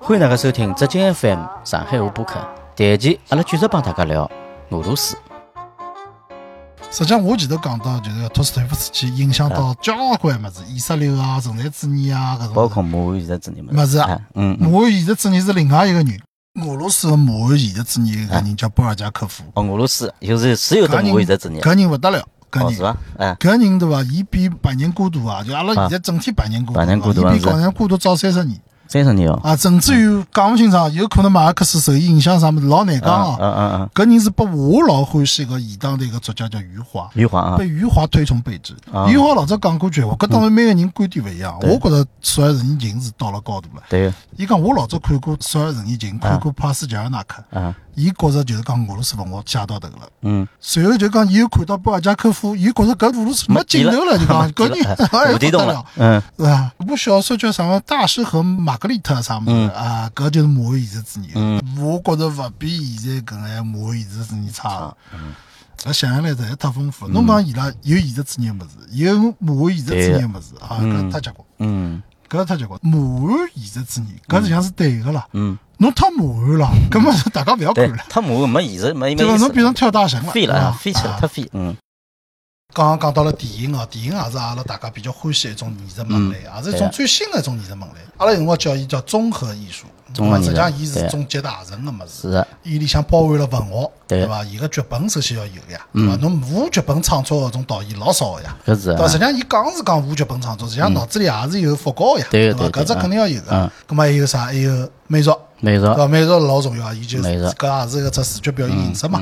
欢迎大家收听浙江 FM 上海话播客。这一期阿拉继续帮大家聊俄罗斯。实际上，我前头讲到，就是托斯托耶夫斯基影响到交关么子，以色列啊、存在主义啊，搿种。啊包括马现在主义么子啊哎嗯，嗯马尔现实主义是另外一个人，俄罗斯的马尔现实主义啊搿人叫波尔加科夫，哦，俄罗斯就是所有的搿马现在主义人，搿人勿得了，搿哦人是伐？哎，搿人对伐？伊比百年孤独啊，就阿拉现在整体百年孤独啊，百年孤独啊伊比是百年孤独早三十年三十年哦。啊，甚至于讲勿清爽，有可能马尔克斯受伊影响啥物事，老难讲嗯哦。嗯嗯嗯，搿人是拨我老欢喜个现当代一个作家叫余华，余华啊被，余华推崇备至啊。余华老早讲过句闲话，搿当然每个人观点勿一样，我觉着索尔仁义情是到了高度了。对，伊讲我老早看过索尔仁义情，看过帕斯捷尔纳克，啊，伊觉着就是讲俄罗斯文学写到头了。嗯，随后就讲，伊又看到布尔加科夫，伊觉着搿俄罗斯没尽头了，就讲搿人哎无不底得洞了了，，嗯，是吧？一部小说叫啥么？大师和玛格丽特啥么嗯子啊？搿就是马尔现实主义。我觉着勿比现在搿眼马尔现实主义差。嗯搿想象力实在太丰富了。侬讲伊拉有现实主义的物事，有马尔现实主义的物事啊，搿太结棍，嗯，搿太结棍。马尔现实主义搿实际上是对个啦。嗯，侬太马 尔了，搿么大家勿要对看了，，他马没现实，没没对伐？意侬思，变成跳大神了，废了啊啊，废起来，啊太废，嗯，刚刚讲到了电影哦，电影也是阿拉大家比较欢喜的一种艺术门类，也是一对种啊最新的一种艺术门类。阿拉有辰光叫伊叫综合艺术，综合艺术实际上伊对是啊总集大成的物事。是的，伊里向包含了文学，对对伐？伊个剧本首先要有呀，对伐？侬无剧本创作的搿种导演老少的呀。搿是对伐？实啊，嗯际上，伊讲是讲无剧本创作，实际上脑子里也是有腹稿的呀，对伐？对对搿只肯定要有嗯个。葛末还有啥？还有美术，美术对，伐？美术老重要啊，伊就是美术搿也是一只视觉表现形式嘛。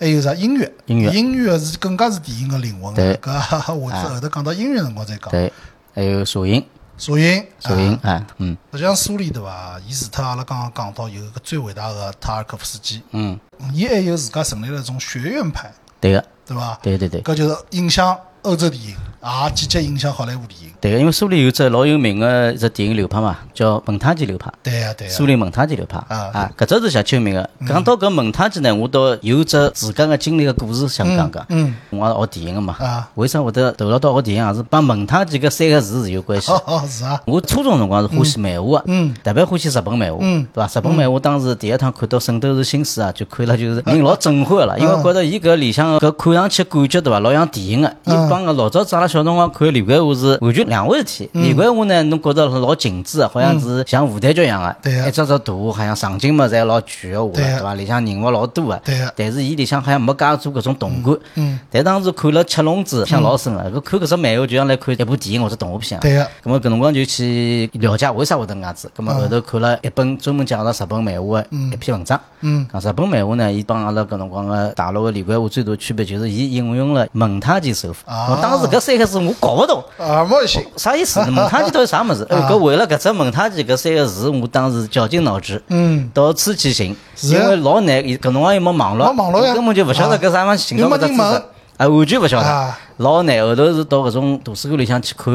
还有啥音乐？嗯音乐音乐是更加是电影个灵魂对啊了。搿我是后头讲到音乐辰光再讲。对，还有首映，索引，首啊映，哎，嗯实际上苏联对伐？伊除脱阿拉刚刚讲到有一个最伟大的塔尔科夫斯基，嗯，伊还有自家成立了一种学院派，对个，对伐？对对对。搿就是影响欧洲电影，也间接影响好莱坞电影。对个，因为苏联有只老有名个一只电影流派嘛，叫蒙太奇流派。对呀，对呀苏。联蒙太奇流派啊嗯啊，搿只是相当有名个。讲到搿蒙太奇呢，我倒有只自家个经历个故事想讲讲。嗯，我也学电影个嘛啊，为啥会得投入到学电影，也是帮蒙太奇搿三个字是有关系。哦哦是啊，我初中辰光是欢嗯喜漫画个，特别欢喜日本漫画，对伐？日本漫画当时第一趟看到《圣斗士星矢》啊，就看了就是人老震撼啊了，嗯因为觉着伊搿里向搿看上去感觉对伐，老像电影个。啊嗯伊帮个老早子阿拉小辰光看连环画是完全两回事体。嗯连环画呢，侬觉着老精致个，好像是像舞台剧一样个，对啊一只只图好像场景嘛侪老全个画了，对啊对伐？里向人物老多个对啊，但是伊里向好像没加做搿种动感。嗯，但当时看了《七龙珠》，印象老深个，搿看搿只漫画就像来看一部电影或者动画片一样。啊对呀，咁么搿辰光就去了解为啥会得搿样子，咁么后头看了一本专门介绍日本漫画的一篇文章，嗯嗯，讲日本漫画呢，伊帮阿拉搿辰光个大陆个连环画最大区别就是伊应用了蒙太奇手法，啊我当时搿三个字我搞勿懂。耳目一新。啥意思？ 蒙太奇到底啥物啊事？哎呦，搿为了搿只蒙太奇搿三个字，我当时绞尽脑汁，嗯，到处去寻，是因啊为老难，搿辰光又没网络，没网络呀啊根本就勿晓得搿啥物事寻到搿只又知没人识问，啊，完全勿晓得啊。老难，后头是到搿种图书馆里向去看，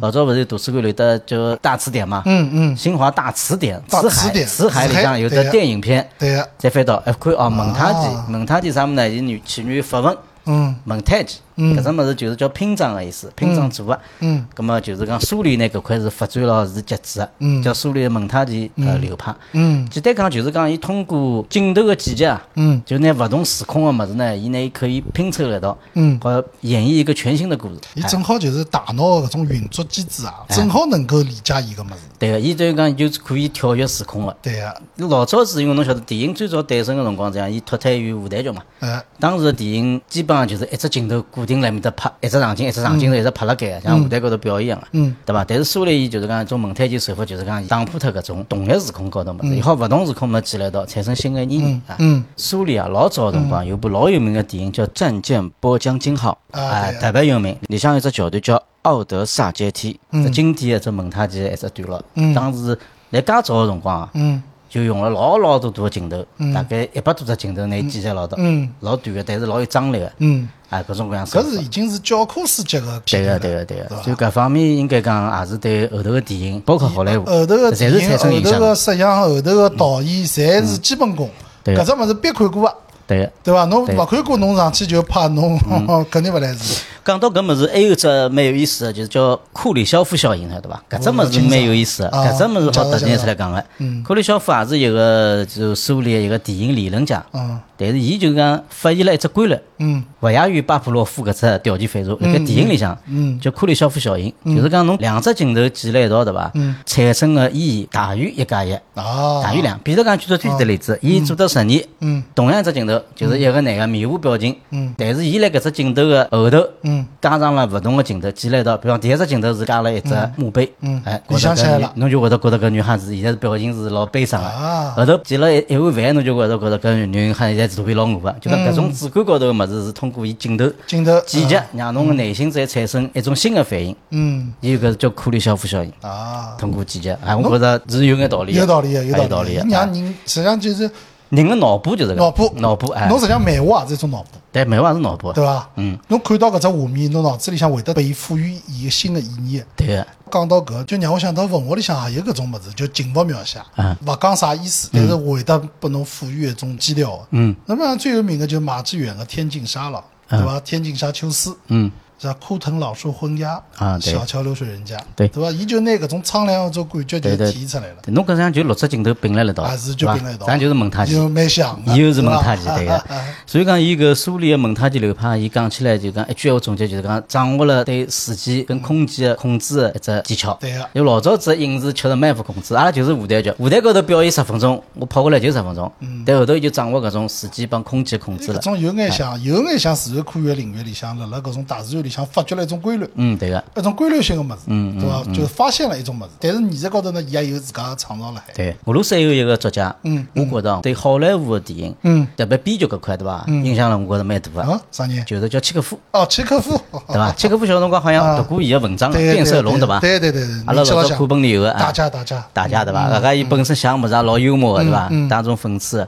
老早勿是有图书馆里头叫大词典嘛，嗯嗯，新华大词典，大词词海，典词海里词海向有对的呀电影片，对呀，再翻到一看哦，蒙太奇啊，蒙太奇啥物事呢？伊女起源于法文，嗯，蒙太奇，搿只物事就是叫拼装个意思，拼装做个。嗯，葛末就是讲苏联呢搿块是发展了是极致个，叫苏联的蒙太奇呃流派。嗯简单讲就是讲伊通过镜头个技巧啊，嗯就拿勿同时空个物事呢，伊呢可以拼凑辣一道，嗯和演绎一个全新的故事。哎伊正好就是大脑的搿种运作机制啊，正好能够理解伊个物事。对个，伊就是讲就是可以跳跃时空个。对啊呀，老早子因为侬晓得电影最早诞生个辰光，这样伊脱胎于舞台剧嘛。哎，当时的电影基本上就是一只镜头固定辣面搭拍，一只场景一只场景头一直拍辣嗯盖，像舞台高头表演一样个，对伐？但是苏联伊就是讲一种蒙太奇手法，就是讲打破脱搿种同一时空高头嘛，伊好勿同时空嘛挤辣一道，产生新的意义啊。嗯，苏联啊，老早的辰光有部老有名的电影叫《战舰波江金号》，啊哎，对啊特别有名。里向有一只桥段叫《奥德萨阶梯》，嗯这经典的一只蒙太奇的一只段落。当时辣介早的辰光啊，嗯就用了老老多多的镜头，大概一百多只镜头拿伊记在老头，嗯老短个，但是老有张力个，嗯。啊，各种各样手搿法。是已经是教科书级个对片个，段对个，了，对个，就对伐？搿方面应该讲也是对后头个电影，包括好莱坞，呃后头个侪电是影、产后生影头响的嗯个。摄像、后头个导演，侪是基本功。对啊搿只物事必看过啊，对个。对伐？侬对嗯勿看过侬上去就怕侬 肯定勿来事。讲到搿物事，还有只蛮有意思的，就是叫库里肖夫效应，晓得伐？搿只物事蛮有意思的，啊嗯搿只物事好讲到特讲定到出来讲个。库里肖夫也是一个就是苏联一个电影理论家，嗯但是伊就讲发现了一只规律，嗯勿亚于巴甫洛夫搿只条件反射，辣盖电影里向，叫库里肖夫效应，就是讲侬两只镜头挤辣一道，对伐？产生个意义大于一加一。啊，大于两，比如讲举个具体的例子，伊做到十年，哦嗯同样一只镜头，就是一个男个面无表情，嗯但是伊辣搿只镜头个后头，嗯，加上了勿同个镜头，挤辣一道，比方第一只镜头是加了一只墓碑，嗯哎，你觉想得起搿来女了，侬就会得觉得搿女汉子现在表情是老悲伤个啊，后头挤了一一碗饭，侬就会得觉得搿女汉子现在肚皮老饿个，就嗯讲搿种主观高头个物事是通过伊镜头镜头啊剪辑，让侬个内心再产生一种新个反应，嗯伊有搿叫库里肖夫效应，啊，通过剪辑，哎，我觉着是有眼道理的，有道理的，哎有道理的。的你让人实际上就是人个脑波就是搿脑波，脑波哎侬，实际上漫画也是一种脑波，但漫画是脑波，对伐？嗯，侬看到搿只画面，侬脑子里向会得被赋予伊个新的意义。对个，讲到搿，就让我想到文学里向也有搿种物事，就静物描写嗯，勿讲啥意思，但是会得拨侬赋予一种基调。嗯，那么最有名的就是马致远的《天净沙》了，对伐？《天净沙秋思》嗯，是吧？枯藤老树昏鸦啊对小桥流水人家，对对伐？伊就拿搿种苍凉的种感觉就对对体现出来了。侬搿样就六只镜头并辣一道，啊，是就是并了一吧道，啊咱就是蒙太奇，就蛮像的，伊又是蒙太太奇对个。所以讲，伊搿苏联个蒙太奇流派，伊讲起来就讲一句话总结，就是讲掌握了对时间跟空间的控制的一只技巧。对个因为老早子影视吃了蛮不控制，阿拉就是舞台剧，舞台高头表演十分钟，我跑过来就十分钟，但后头伊就掌握搿种时间帮空间控制嗯搿了。种有眼像，有眼像自然科学领域里向，辣辣搿种大自然里向发掘了一种规律，嗯，对个，一种规律性的物事，嗯对伐？就发现了一种物事，但是艺术高头呢，伊也有自家的创造了海。对。俄罗斯还有一个作家，嗯，我觉着对好莱坞的电影，嗯，特别编剧搿块对伐，影响了我觉着蛮大个，啊，啥人？就是叫契诃夫。哦，契诃夫，对伐？契诃夫小辰光好像读过伊个文章， 哦啊对对变色龙对伐？对对对对阿拉你知道老早讲课本里有个打啊，架打架，打架对伐？搿个伊本身想物事也老幽默个对伐？嗯带种讽刺。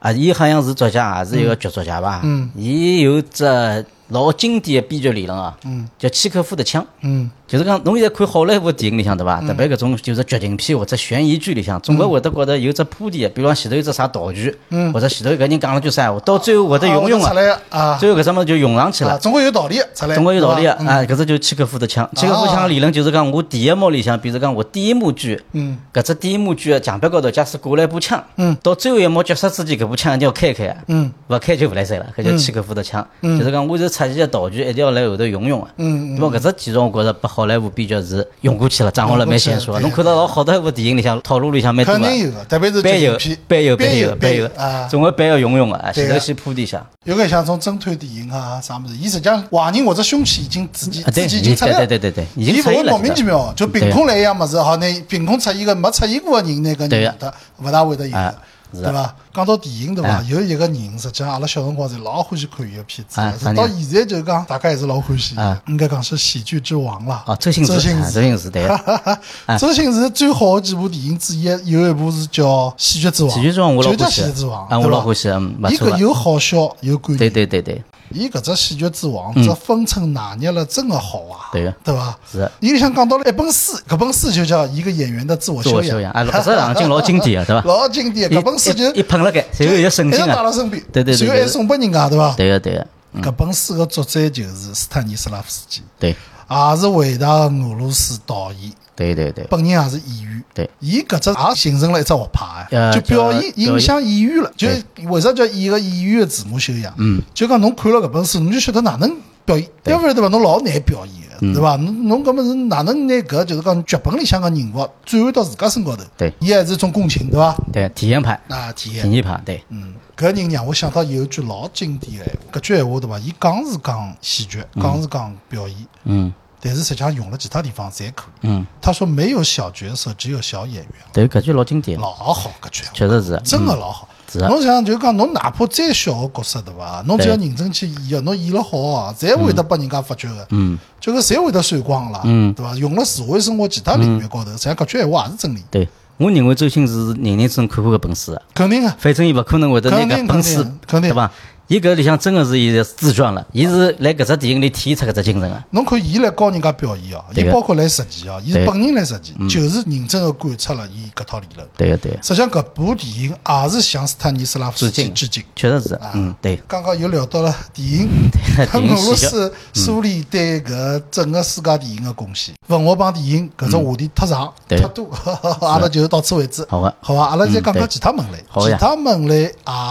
啊，伊好像是作家，也是一个剧作家吧？嗯伊有只老经典的编剧理论啊，叫契诃夫的枪。嗯，就是讲，侬现在看好莱坞电影里向对伐？特别搿种就是剧情片或者悬疑剧里嗯向，总归会得觉得有只铺垫，比如讲前头有只啥道具，或者前头搿人讲了句啥闲话，到最后会得啊用嗯我用就出个，来啊，最后搿只物事就用上去了啊。总归有道理，出来，总归有道理对的吧嗯啊！搿只就是契诃夫的枪。契诃夫枪的理论就是讲，我第一幕里向，比如讲我第一幕剧，嗯，搿只第一幕剧的墙壁高头，假使挂了一把枪，嗯，到最后一幕结束之前，搿把枪一定要开开，嗯，勿开就勿来塞了，搿叫契诃夫的枪。就是讲，我是出现的道具一定要来后头用用的。嗯，那么搿只技术，我觉着拨好莱坞编剧是用过去了，掌握了蛮娴熟的。用侬过去看了到老好莱坞电影里向套路里向蛮多嗯肯的，定有个，特别是班剧啊有情片，班有班有有班有有啊，总归班要用用的，前对头的先铺垫一下。有眼像种侦探电影啊啥么子，伊实际上坏人或者凶器已经自己啊对自己已经出来了，对对对对对已经伊出勿现会了莫名其妙就凭空来一样么子，好那凭空出现一个没出现过的人，那个对人呀的勿大会得有啊的，是的对伐？讲到电影对伐？啊有一个人实际上阿拉小辰光是老欢喜看伊个片子啊啥的，人到现在就讲大家还是老欢喜的啊，应该讲是喜剧之王了哦，周星驰，哎周星啊周驰。星驰对的。 周星驰最好的几部电影之一，有一部是叫《喜剧之王》，喜剧之王我老就叫欢喜喜剧之王，啊我对吧老欢喜嗯不伊错搿的有好笑，有感对情，对对对，伊搿只喜剧之王，这分寸拿捏了真的好啊，对个对伐？是的伊里向讲到了一本书，搿本书就叫《一个演员的自我自我修修养啊， 老这场景老经典啊，对伐？老经典。搿本书就一一捧辣盖，然后就有神经一直带啊到，身边，对对对然后对还送拨人家，对伐？对啊嗯个对个搿本书的作者就是斯坦尼斯拉夫斯基，对也是伟大的俄罗斯导演。对对对，本人也是演员，对伊搿只也形成了一只学派啊，呃就表叫表演影演响演员了。就为啥叫伊个演员的自我修养？嗯，就讲侬看了搿本书，侬就晓得哪能表演，要不然对伐？侬老难表演嗯的，对伐？侬侬搿么是哪能拿搿就是讲剧本里向个人物转换到自家身高头？对伊还是一种共情，对伐？对体验派，啊，体验体。验派，对，嗯，搿人让我想到有一句老经典的闲话，搿句闲话对伐？伊讲是讲喜剧，讲是讲表演，嗯但是实际上用了其他地方侪可以。嗯，他说没有小角色，只有小演员。对，搿句老经典，老好搿句闲话，确实是，真的老好。是啊侬想就讲，侬哪怕再小个角色对伐？侬只要认真去演啊，侬演了好啊，侪会得拨人家发觉个。嗯，就搿侪会得闪光啦，嗯对伐？用了社会生活其他领域高头，实际上搿句闲话也是真理，对。我认为周星驰是认认真真看过搿本书的，肯定啊。反正伊勿可能会得拿肯定啊搿本书肯定肯定对伐？伊搿里向真个是伊的自传了，伊是来搿只电影里体现出搿只精神啊个。侬看伊来教人家表演哦，伊对个嗯包括来实践哦，伊是本人来实践，就是认真的贯彻了伊搿套理论。对个啊对个，实际上，搿部电影也是向斯坦尼斯拉夫斯基致敬。确实啊是，嗯对，刚刚又聊到了电影，俄电影罗视角斯、苏联对搿整个世界电影的贡献。文学帮电影搿种话题太长对太多， 阿拉就到此为止。好的好吧，阿拉再讲对讲其他门类。好其呀他门类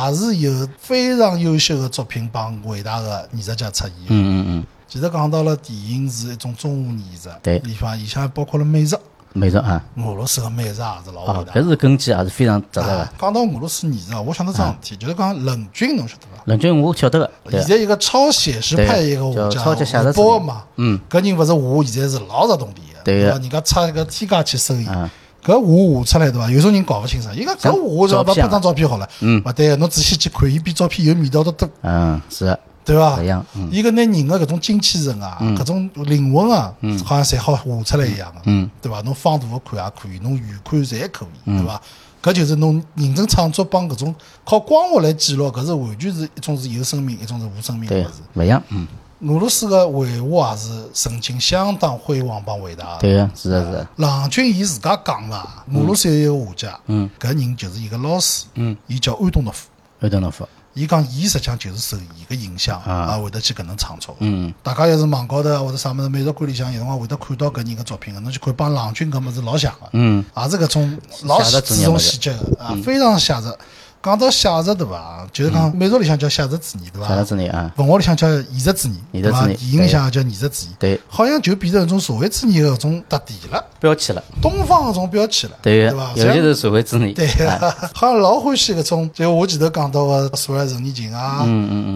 也是有非常优秀的作品帮伟大的艺术家出现的。嗯嗯嗯，其实讲到了电影是一种中华艺术，对里方里向包括了美食，没错啊，俄罗斯的美食也是老哦伟，大搿。是根基也是非常扎实啊个。讲到俄罗斯艺术啊，我想到桩事体，就是讲冷军，侬晓得伐？冷军我晓得个，对啊现个，在一个超写实派一个画对叫超级家，写吴实主义波嘛，嗯，搿人勿是画，现在是老着动地的，对个，个人家差一个天价去收伊。嗯搿画画出来对伐？有种人搞勿清爽，伊讲搿画是照勿片拍啊张照片好了，勿对，侬仔细去看，伊比照片有味道得多，嗯是的，对伐搿样？伊搿拿人个搿种精气神啊，嗯搿种灵魂啊，好像侪好画出来一样嗯个，对伐？侬放大个看也可以，侬远看侪可以，对伐？搿就是侬认真创作帮搿种靠光滑来记录，搿是完全是一种是有生命，一种是无生命个对物事。，勿一样，嗯俄罗斯个绘画也是曾经相当辉煌帮伟大的。对嗯个，是的啊是的，郎君伊自家讲个，俄罗斯有一个画家，嗯搿人就是一个老师，伊叫安东诺夫。安东诺夫，伊讲伊实际上就是受伊个影响啊啊，会得去搿能创作。嗯，大家要是网高头啊或者啥物事美术馆里向，有辰光会得看到搿人个作品个，侬去看帮郎君搿物事老像个，嗯，也是搿种老写注实主义重物事细节个啊，非常写实。讲到写实对伐？就是讲美术里向叫写实主义对啥伐啥？子呢啊？文学里向叫艺术主义，艺对术伐？主义电影里向也叫艺术主义，对好像就变成一种社会主义个搿种特点了，标签了，东方搿种标签了，对对伐个，？尤其是社会主义，对啊，好像老欢喜搿种，就我前头讲到个索尔仁尼琴啊，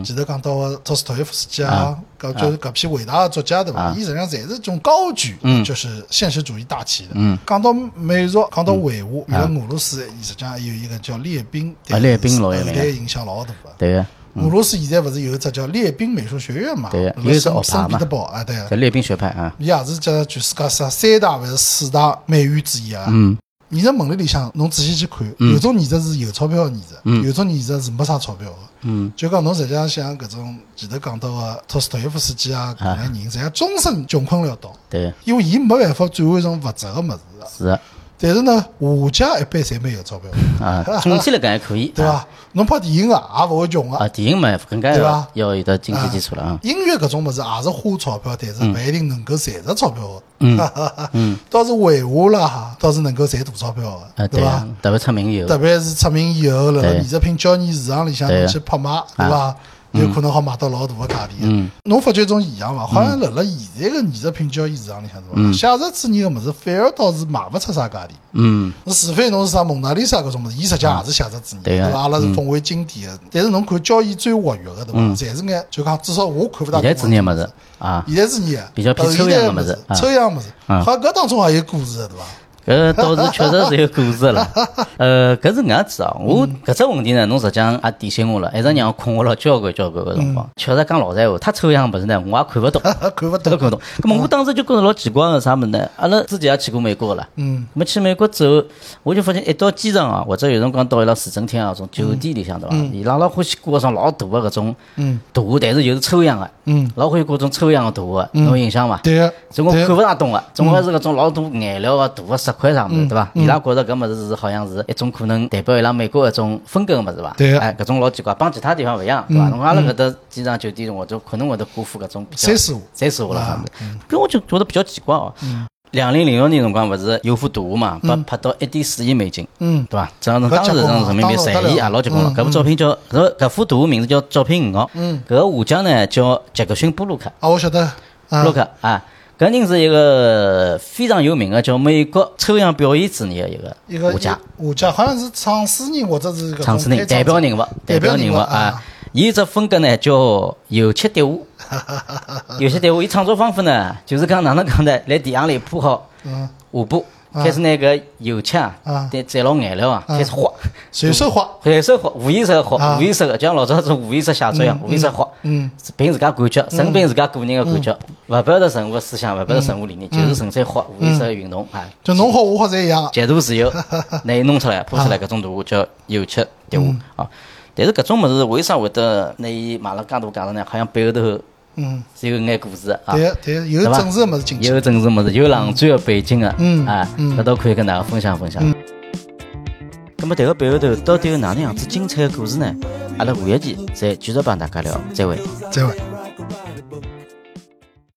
前头讲到个托斯托耶夫斯基啊，搿就是搿批伟大的作家对伐？伊实际上侪是种高举，就是现实主义大旗的。讲到美术，讲到绘画，原来俄罗斯伊实际上还有一个叫列宾，对呃啊列宾老有后名来影响老大个。 对啊个，俄罗斯现在勿是有一只叫列宾美术学院嘛？对辣个因为是圣学圣派彼嘛得堡啊，对个搿列宾学派啊，伊也是叫全世界啥三大还是四大美院之一啊。嗯，艺术门类里向，侬仔细去看，有种艺术是有钞票的艺术，有种艺术是没啥钞票的。嗯，就讲侬实际上像搿种前头讲到个托斯托耶夫斯基啊，搿类人，实际上终身穷困潦倒，对个，因为伊没办法转换成物质个物事。是啊的，但是呢，画家一般侪蛮有钞票的，啊，总体来讲还可以， 对啊伐？侬拍电影个也勿会穷个啊，，电影嘛更加对要吧要有得经济基础了啊。音乐搿种物事也是花钞票，但嗯是勿一定能够赚着钞票的。嗯，倒是绘画啦，倒是能够赚大钞票啊，的，对伐啊？，特别出名以特后，别是出名以后，辣辣对啊艺术品交易市场里向对啊嗯侬去拍卖，对伐？有可能好买到老大个价钿。侬发觉一种现象伐？好像辣辣现在个艺术品交易市场里向，对伐？写实主义个物事反而倒是卖勿出啥价钿。嗯，除非侬是啥蒙娜丽莎搿种物事，伊实际上也是写实主义，对伐？啊阿拉是奉为经典个。但是侬看交易最活跃个，对伐？侪是眼就讲至少我看勿大嗯现代懂的。主义的物事啊，现在是你比较偏抽象的物物事啊抽象物事，啊好像搿当中也有故事的对伐？ 搿倒是确实是有故事 了。呃，搿是搿样子啊，我搿只问题呢，侬实际上也点醒我了，一直让我困惑了交关交关个辰光。确实讲老实闲话，太抽象的物事呢，我也看勿 懂。看勿这懂个看不懂。那么我当时就觉得老奇怪个啥么呢？阿拉之前也去过美国了，嗯，么去美国之后，我就发现一到机场啊，或者有辰光到伊拉市政厅啊，种酒店里向对伐？伊拉老欢喜挂上老大个搿种大，但是又是抽象个，嗯，老欢喜挂种抽象个大个，侬有印象伐？对个，总归对啊嗯看勿大懂个，啊总归是搿种老大颜料啊、大个石块啥物事，对伐？伊拉觉着搿物事是好像是一种可能代表伊拉美国一种风格个物事伐？对啊嗯哎，搿种老奇怪，帮其他地方勿一样，对伐？侬阿拉搿搭机场酒店，我就可能会得辜负搿种比较三十五啊三十五了啥物事，搿我就觉得比较奇怪哦。嗯两零零六年辰光勿是有幅大画嘛，拍拍到一点四亿美金，嗯对伐？这样子搿当时结这棍了种人民币当时十不得亿了啊，老结棍了。搿部照片叫搿搿幅大画名字叫《照片五号》，嗯搿个画家呢叫杰克逊布鲁克，啊，我晓得，啊布鲁克啊，搿人是一个非常有名个叫美国抽象表演主义的一一个个画家。画家好像是创始人或者是搿种创始人、开创代表人物、代代表表人人物物啊啊。伊只风格呢叫有漆叠画， 有漆叠画。伊创作方法呢，就是讲哪能讲呢？来地上里铺好嗯，画布，开始拿搿油漆啊啊，再蘸牢颜料啊，开始画，随手画，随手画，无意识地啊画，无意识个，就像老早子无意识写作一样，无意识地画，嗯，凭自家感觉，纯凭自家个人的感觉，勿表达任何思想，勿表达任何理念，嗯就是纯粹画，无意识的运动啊。就侬好我好侪一样， 嗯截图自由，拿伊弄出来，铺出来搿种图画叫有漆叠画啊。但是搿种物事为啥会得拿伊买了介大价值呢？好像背后头嗯，是有眼故事啊。对对，有对吧政治的物事进去，有政治么子，有浪追的背景的，嗯啊，嗯搿倒可以跟大家分享分享嗯。咁么迭个背后头到底有哪能样子精彩的故事呢？阿拉下一期再继续帮大家聊，再会。再会。